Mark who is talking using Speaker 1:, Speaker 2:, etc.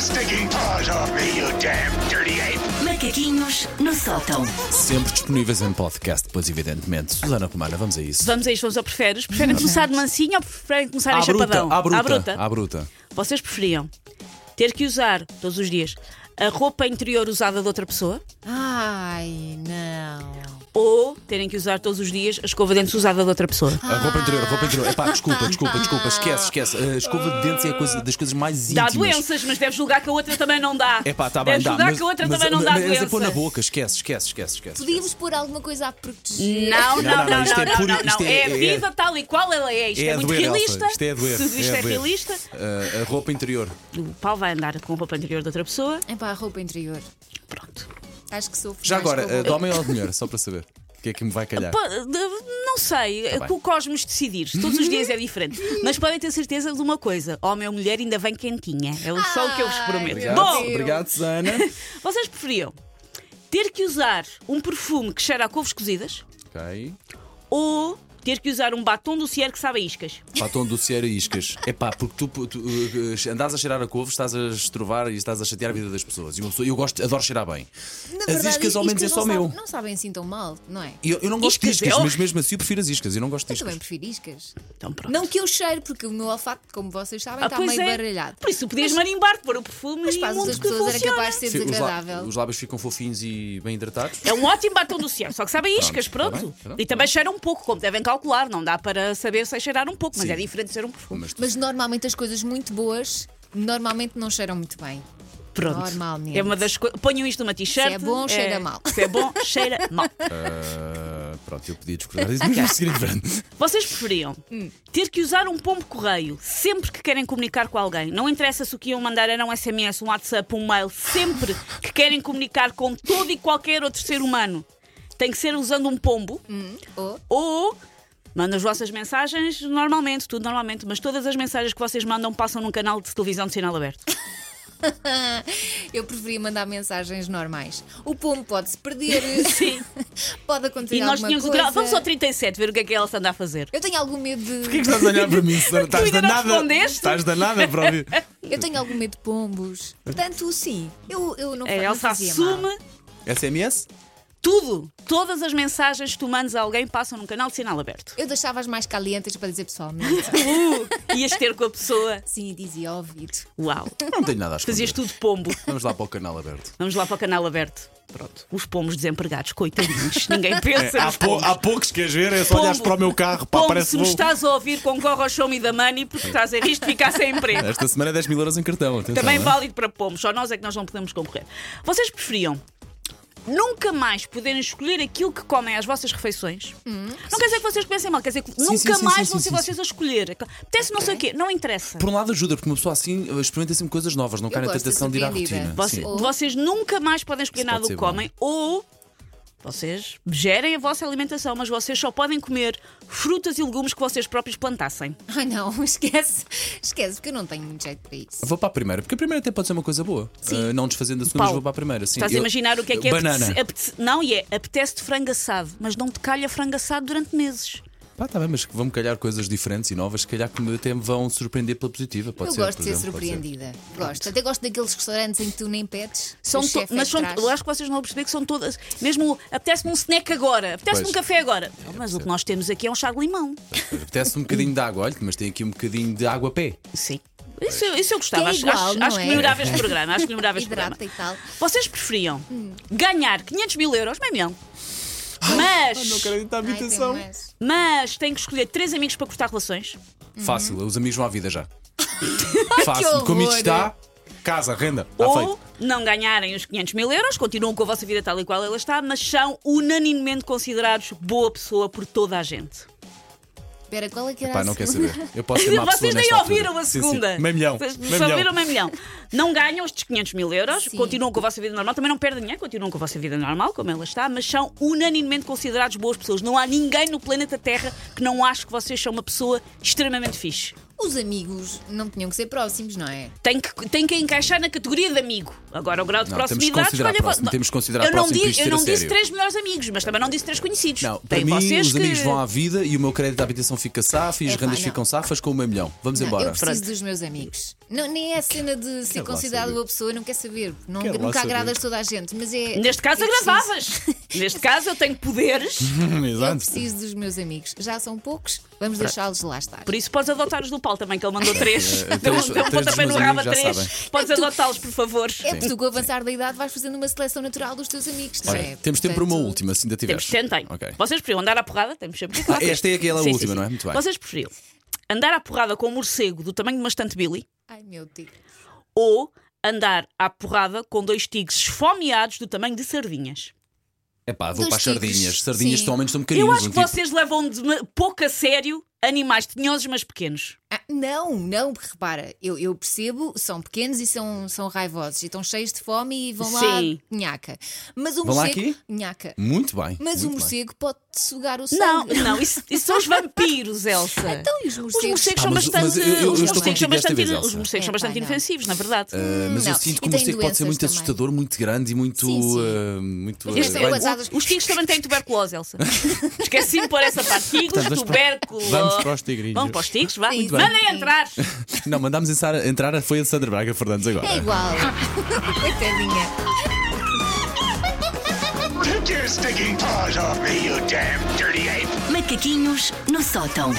Speaker 1: stinking paws off me, you damn dirty ape!
Speaker 2: Macaquinhos no sótão.
Speaker 3: Sempre disponíveis em podcast, depois, evidentemente. Susana Romana, vamos a isso.
Speaker 4: Vamos a isto, vamos ao preferes. Preferem começar de mansinho ou preferem começar em chapadão?
Speaker 3: à bruta,
Speaker 4: À bruta.
Speaker 3: à bruta.
Speaker 4: Vocês preferiam ter que usar, todos os dias, a roupa interior usada de outra pessoa
Speaker 5: Ai, não.
Speaker 4: ou terem que usar todos os dias a escova de dentes usada de outra pessoa?
Speaker 3: A roupa interior, a roupa interior. Epá, desculpa, desculpa, desculpa, esquece, esquece. A escova de dentes é a coisa, das coisas mais
Speaker 4: Dá
Speaker 3: íntimas.
Speaker 4: doenças, mas deves julgar que a outra também não dá.
Speaker 3: Epá, está bem,
Speaker 4: deves
Speaker 3: dá.
Speaker 4: julgar
Speaker 3: mas-
Speaker 4: que a outra
Speaker 3: mas-
Speaker 4: também não dá
Speaker 3: mas é
Speaker 4: doença.
Speaker 3: pôr na boca, esquece, esquece, esquece, esquece.
Speaker 5: Podíamos pôr alguma coisa a proteger.
Speaker 4: Não,
Speaker 3: Não,
Speaker 4: não,
Speaker 3: não,
Speaker 4: não,
Speaker 3: não,
Speaker 4: não,
Speaker 3: isto é
Speaker 4: não, não,
Speaker 3: puro- isto
Speaker 4: não.
Speaker 3: é-
Speaker 4: É a
Speaker 3: é-
Speaker 4: vida tal e qual ela é. Isto é,
Speaker 3: a
Speaker 4: muito
Speaker 3: doer, Elsa,
Speaker 4: realista.
Speaker 3: Isto é a doer.
Speaker 4: Se isto
Speaker 3: a
Speaker 4: é,
Speaker 3: doer.
Speaker 4: realista,
Speaker 3: Ah, a roupa interior.
Speaker 4: o pau vai andar com a roupa interior de outra pessoa.
Speaker 5: É para a roupa interior.
Speaker 4: Pronto.
Speaker 5: Acho que sofro.
Speaker 3: Já
Speaker 5: mais
Speaker 3: agora,
Speaker 5: com a
Speaker 3: ah, de
Speaker 5: roupa.
Speaker 3: homem ou de mulher, só para saber. O que é que me vai calhar?
Speaker 4: Pa- de- Não sei,
Speaker 3: Tá bem.
Speaker 4: é que o cosmos decidir. Todos os dias é diferente. Mas podem ter certeza de uma coisa: homem ou mulher ainda vem quentinha. É o- só o que eu vos
Speaker 5: Ai,
Speaker 4: prometo.
Speaker 5: meu
Speaker 4: Bom,
Speaker 5: Deus.
Speaker 3: obrigado, Susana.
Speaker 4: vocês preferiam ter que usar um perfume que cheira a couves cozidas
Speaker 3: ok.
Speaker 4: ou ter que usar um batom do Cier que sabe a iscas?
Speaker 3: Batom do Sierra e Iscas. É pá, porque tu, tu, eh, andas a cheirar a couve, estás a estrovar e estás a chatear a vida das pessoas. E uma pessoa, eu gosto, adoro cheirar bem.
Speaker 5: Na
Speaker 3: as
Speaker 5: verdade,
Speaker 3: iscas ao menos é
Speaker 5: iscas
Speaker 3: só
Speaker 5: não
Speaker 3: meu.
Speaker 5: sabem- não sabem assim tão mal, não é?
Speaker 3: Eu, eu não gosto
Speaker 4: Iscas
Speaker 3: de iscas,
Speaker 4: é
Speaker 3: mas mesmo assim eu prefiro as iscas. Eu não gosto de
Speaker 5: Eu
Speaker 3: iscas.
Speaker 5: também prefiro iscas.
Speaker 4: Então pronto.
Speaker 5: Não que eu cheiro, porque o meu olfato, como vocês sabem,
Speaker 4: Ah,
Speaker 5: está
Speaker 4: pois
Speaker 5: meio
Speaker 4: é.
Speaker 5: baralhado.
Speaker 4: Por isso, podias marimbar-te, pôr o perfume
Speaker 5: Mas
Speaker 4: e
Speaker 5: para as
Speaker 4: o mundo
Speaker 5: outras
Speaker 4: que
Speaker 5: pessoas era
Speaker 4: funciona.
Speaker 5: capaz de ser
Speaker 3: Sim, os, la-
Speaker 5: desagradável.
Speaker 3: os lábios ficam fofinhos e bem hidratados.
Speaker 4: É um ótimo batom do Cier, só que sabe a iscas,
Speaker 3: Pronto,
Speaker 4: pronto.
Speaker 3: tá bem, tá bem.
Speaker 4: E também cheira um pouco, como devem calcular, não dá para saber se cheirar um pouco, mas
Speaker 3: Sim.
Speaker 4: é diferente de ser um perfume.
Speaker 3: Mas tu-
Speaker 5: Mas normalmente as coisas muito boas normalmente não cheiram muito bem.
Speaker 4: Pronto.
Speaker 5: Normalmente.
Speaker 4: É uma das coisas. Ponham isto numa t-shirt.
Speaker 5: Se é bom, cheira mal.
Speaker 4: Se é bom, cheira mal.
Speaker 3: Ah, pronto, eu podia discordar disso, mas vamos seguir em frente. é
Speaker 4: Vocês preferiam
Speaker 5: Hum.
Speaker 4: ter que usar um pombo correio sempre que querem comunicar com alguém? Não interessa se o que iam mandar era um SMS, um WhatsApp, um mail. Sempre que querem comunicar com todo e qualquer outro ser humano, tem que ser usando um pombo
Speaker 5: Hum. Ou
Speaker 4: ou. Mandam as vossas mensagens normalmente, tudo normalmente, mas todas as mensagens que vocês mandam passam num canal de televisão de sinal aberto.
Speaker 5: eu preferia mandar mensagens normais. O pombo pode-se perder.
Speaker 4: Sim.
Speaker 5: Pode acontecer
Speaker 4: E nós
Speaker 5: alguma
Speaker 4: tínhamos o
Speaker 5: coisa.
Speaker 4: grau. Vamos ao 37 ver o que é que ela anda a fazer.
Speaker 5: Eu tenho algum medo
Speaker 3: O que é
Speaker 5: de.
Speaker 3: que estás a olhar para mim, Susana?
Speaker 4: Tu
Speaker 3: Estás
Speaker 4: ainda não
Speaker 3: danada.
Speaker 4: respondeste?
Speaker 3: Estás danada para ouvir.
Speaker 5: Eu tenho algum medo de pombos. Portanto, sim. Eu, eu
Speaker 4: A
Speaker 5: não não
Speaker 4: É, Elsa
Speaker 5: fazia mal.
Speaker 4: assume
Speaker 3: SMS?
Speaker 4: Tudo, todas as mensagens que tu mandas a alguém passam num canal de sinal aberto.
Speaker 5: Eu deixava as mais calientes para dizer pessoalmente.
Speaker 4: Uh, ias ter com a pessoa.
Speaker 5: sim, dizia ao ouvido.
Speaker 4: Uau!
Speaker 3: Não tenho nada a esconder.
Speaker 4: Fazias tudo pombo.
Speaker 3: Vamos lá para o canal aberto.
Speaker 4: Vamos lá para o canal aberto. Pronto. Os pombos desempregados, coitadinhos. Ninguém pensa.
Speaker 3: É, Há,
Speaker 4: nos
Speaker 3: pou-
Speaker 4: pombos.
Speaker 3: há poucos, queres ver? É só
Speaker 4: Pombo.
Speaker 3: olhares para o meu carro, pá,
Speaker 4: Pombo,
Speaker 3: parece
Speaker 4: se me
Speaker 3: voo.
Speaker 4: estás a ouvir, concorre ao show me da money porque estás em risco de ficar sem emprego.
Speaker 3: Esta semana é 10 mil euros em cartão. atenção, é?
Speaker 4: Também
Speaker 3: hein?
Speaker 4: válido para pomos, só nós é que nós não podemos concorrer. Vocês preferiam nunca mais poderem escolher aquilo que comem às vossas refeições? Não quer dizer que vocês comecem mal, quer dizer que nunca
Speaker 3: sim, sim,
Speaker 4: mais
Speaker 3: sim, sim,
Speaker 4: vão ser
Speaker 3: sim,
Speaker 4: vocês a escolher. Apetece não sei o quê, não interessa.
Speaker 3: Por um lado ajuda, porque uma pessoa assim experimenta sempre coisas novas, não cai na
Speaker 5: gosto de
Speaker 3: tentação de ir à
Speaker 5: surpreendida.
Speaker 3: rotina.
Speaker 4: Voce-
Speaker 3: Sim.
Speaker 5: Ou-
Speaker 4: Vocês nunca mais podem escolher
Speaker 3: Isso
Speaker 4: nada
Speaker 3: pode
Speaker 4: do
Speaker 3: ser
Speaker 4: que
Speaker 3: bom.
Speaker 4: comem ou vocês gerem a vossa alimentação, mas vocês só podem comer frutas e legumes que vocês próprios plantassem.
Speaker 5: Ai não, esquece. Esquece, porque eu não tenho muito jeito para isso.
Speaker 3: Vou para a primeira, porque a primeira até pode ser uma coisa boa. Ah, não desfazendo a segunda, mas
Speaker 4: Paulo,
Speaker 3: vou para a primeira. Sim,
Speaker 4: Estás
Speaker 3: eu-
Speaker 4: a imaginar o que é que é
Speaker 3: Banana.
Speaker 4: apetece- apetece- Não, e é apetece de frango assado, mas não te calha frango assado durante meses.
Speaker 3: Pá, tá bem, mas que vão-me calhar coisas diferentes e novas, se calhar que me até me vão surpreender pela positiva. Pode
Speaker 5: eu
Speaker 3: ser,
Speaker 5: gosto
Speaker 3: por
Speaker 5: de ser
Speaker 3: exemplo, pode
Speaker 5: surpreendida. Gosto. Até gosto daqueles restaurantes em que tu nem pedes.
Speaker 4: São
Speaker 5: o
Speaker 4: to-
Speaker 5: chefe é que
Speaker 4: mas são,
Speaker 5: traz.
Speaker 4: eu acho que vocês não vão perceber que são todas. Mesmo o- apetece-me um snack agora, apetece-me
Speaker 3: Pois.
Speaker 4: um café agora. Não, mas o que nós temos aqui é um chá de limão.
Speaker 3: Apetece um bocadinho de água, olha, mas tem aqui um bocadinho de água a pé.
Speaker 4: Sim. Isso, eu- isso eu gostava.
Speaker 5: Que é
Speaker 4: acho,
Speaker 5: igual,
Speaker 4: acho-
Speaker 5: não
Speaker 4: acho que
Speaker 5: é?
Speaker 4: melhorava este programa. Acho que é melhorava este programa.
Speaker 5: Hidrata e tal.
Speaker 4: Vocês preferiam ganhar 500 mil euros, meio milhão, mas,
Speaker 3: acredito na
Speaker 5: Ai, tem mais.
Speaker 4: mas têm que escolher três amigos para cortar relações?
Speaker 3: Fácil, os amigos vão à vida já.
Speaker 5: Que
Speaker 3: Fácil,
Speaker 5: horror.
Speaker 3: como isto está, casa, renda, está
Speaker 4: ou
Speaker 3: Tá feito.
Speaker 4: não ganharem os 500 mil euros, continuam com a vossa vida tal e qual ela está, mas são unanimemente considerados boa pessoa por toda a gente.
Speaker 5: Espera, qual é que era
Speaker 3: Pá,
Speaker 5: a
Speaker 3: não quer
Speaker 5: segunda?
Speaker 3: saber. Eu posso ter uma
Speaker 4: Vocês nem ouviram a segunda.
Speaker 3: Meio milhão.
Speaker 4: Vocês
Speaker 3: meio
Speaker 4: só
Speaker 3: milhão.
Speaker 4: viram meio milhão. Não ganham estes 500 mil euros,
Speaker 5: Sim.
Speaker 4: continuam com a vossa vida normal, também não perdem dinheiro, continuam com a vossa vida normal, como ela está, mas são unanimemente considerados boas pessoas. Não há ninguém no planeta Terra que não ache que vocês são uma pessoa extremamente fixe.
Speaker 5: Os amigos não tinham que ser próximos, não é?
Speaker 4: Tem que, tem que encaixar na categoria de amigo. Agora, o grau de
Speaker 3: Não, temos que
Speaker 4: proximidade.
Speaker 3: considerar
Speaker 4: escolha vo-
Speaker 3: próximo, temos que considerar
Speaker 4: eu não,
Speaker 3: próximo
Speaker 4: di-
Speaker 3: para isto ser
Speaker 4: eu não
Speaker 3: a
Speaker 4: disse
Speaker 3: sério.
Speaker 4: três melhores amigos, mas também não disse três conhecidos.
Speaker 3: Não, para
Speaker 4: Tem
Speaker 3: mim,
Speaker 4: vocês
Speaker 3: os
Speaker 4: que...
Speaker 3: amigos vão à vida e o meu crédito de habitação fica safo e as
Speaker 5: Epá,
Speaker 3: rendas
Speaker 5: não.
Speaker 3: ficam safas com o meio milhão. Vamos
Speaker 5: Não,
Speaker 3: embora.
Speaker 5: eu preciso
Speaker 4: Pronto.
Speaker 5: dos meus amigos. Não, nem é a cena de ser
Speaker 6: Quero lá
Speaker 5: considerado
Speaker 6: saber.
Speaker 5: uma pessoa, não quer saber. Não,
Speaker 6: Quero lá
Speaker 5: nunca
Speaker 6: saber.
Speaker 5: agradas toda a gente, mas é.
Speaker 4: Neste caso,
Speaker 5: é preciso-
Speaker 4: agravavas. Neste caso, eu tenho poderes,
Speaker 5: Eu
Speaker 6: Exato.
Speaker 5: preciso dos meus amigos. Já são poucos, vamos deixá-los lá estar.
Speaker 4: por isso podes adotar os do Paulo também, que ele mandou três. Deu
Speaker 3: É, três-
Speaker 4: um deu
Speaker 3: três
Speaker 4: um
Speaker 3: dos
Speaker 4: pontapé
Speaker 3: meus
Speaker 4: no rabo a
Speaker 3: amigos já
Speaker 4: três.
Speaker 3: sabem.
Speaker 4: Podes
Speaker 5: É tu-
Speaker 4: adotá-los, por favor.
Speaker 5: É porque tu, com o avançar da idade, vais fazendo uma seleção natural dos teus amigos. não
Speaker 3: Olha,
Speaker 5: é?
Speaker 3: temos tempo para uma
Speaker 5: Portanto,
Speaker 3: última, se ainda tiveres.
Speaker 4: um Temos, tentem.
Speaker 3: Ok.
Speaker 4: Vocês preferiam andar à porrada? Temos sempre.
Speaker 3: Ah, esta é aquela
Speaker 4: Sim, sim,
Speaker 3: última,
Speaker 4: sim.
Speaker 3: não é? Muito bem.
Speaker 4: Vocês preferiam andar à porrada com um morcego do tamanho de uma estante Billy
Speaker 5: Ai meu Deus.
Speaker 4: ou andar à porrada com dois tigres esfomeados do tamanho de sardinhas?
Speaker 3: É pá, vou
Speaker 5: Dos
Speaker 3: para as sardinhas.
Speaker 5: tigres,
Speaker 3: Sardinhas
Speaker 5: sim.
Speaker 3: são menos um são
Speaker 4: Eu
Speaker 3: pequeninos.
Speaker 4: acho que vocês levam de ma- pouco a sério animais tinhosos, mas pequenos.
Speaker 5: Ah, não, não, porque repara, eu, eu percebo, são pequenos e são, são raivosos e estão cheios de fome e vão
Speaker 4: Sim.
Speaker 5: lá, nhaca. Mas o
Speaker 3: Vão lá
Speaker 5: morcego.
Speaker 3: aqui?
Speaker 5: Nhaca.
Speaker 3: Muito bem.
Speaker 5: Mas
Speaker 3: muito
Speaker 5: o
Speaker 4: um
Speaker 3: bem.
Speaker 5: morcego pode sugar o
Speaker 4: Não,
Speaker 5: sangue.
Speaker 4: não, isso, isso são os vampiros, Elsa.
Speaker 5: Então, e os morcegos?
Speaker 4: É. os morcegos
Speaker 3: Pá,
Speaker 4: são
Speaker 3: Ah, mas-
Speaker 4: bastante.
Speaker 3: mas eu- eu- eu
Speaker 4: os
Speaker 3: estou
Speaker 4: morcegos são
Speaker 3: contigo desta
Speaker 4: bastante,
Speaker 3: vez,
Speaker 4: os
Speaker 3: Elsa.
Speaker 4: morcegos são
Speaker 5: Epá,
Speaker 4: bastante
Speaker 5: É não.
Speaker 4: inofensivos, na verdade.
Speaker 3: Ah, mas eu
Speaker 5: Não.
Speaker 3: sinto que
Speaker 5: E
Speaker 3: o
Speaker 5: tem
Speaker 3: morcego pode ser
Speaker 5: doenças
Speaker 3: muito
Speaker 5: também.
Speaker 3: assustador, muito grande e muito.
Speaker 5: Sim, sim.
Speaker 3: ah, muito
Speaker 5: Mas
Speaker 3: ah,
Speaker 5: tem
Speaker 3: grande.
Speaker 5: coisa-
Speaker 4: Olha, é o- Os tigres também têm tuberculose, Elsa. Esqueci-me por essa parte. Tigres,
Speaker 3: Portanto, vamos para-
Speaker 4: tuberculose.
Speaker 6: vamos para os tigrinhos.
Speaker 4: Vamos para os tigres, vá.
Speaker 5: Sim,
Speaker 4: Mandem
Speaker 5: sim.
Speaker 4: entrar.
Speaker 3: Não, mandámos entrar, entrar foi a de Sandra Braga Fernandes agora.
Speaker 5: É igual. Coitadinha.
Speaker 1: Take your stinking paws off me, you damn dirty ape!
Speaker 2: Macaquinhos no sótão.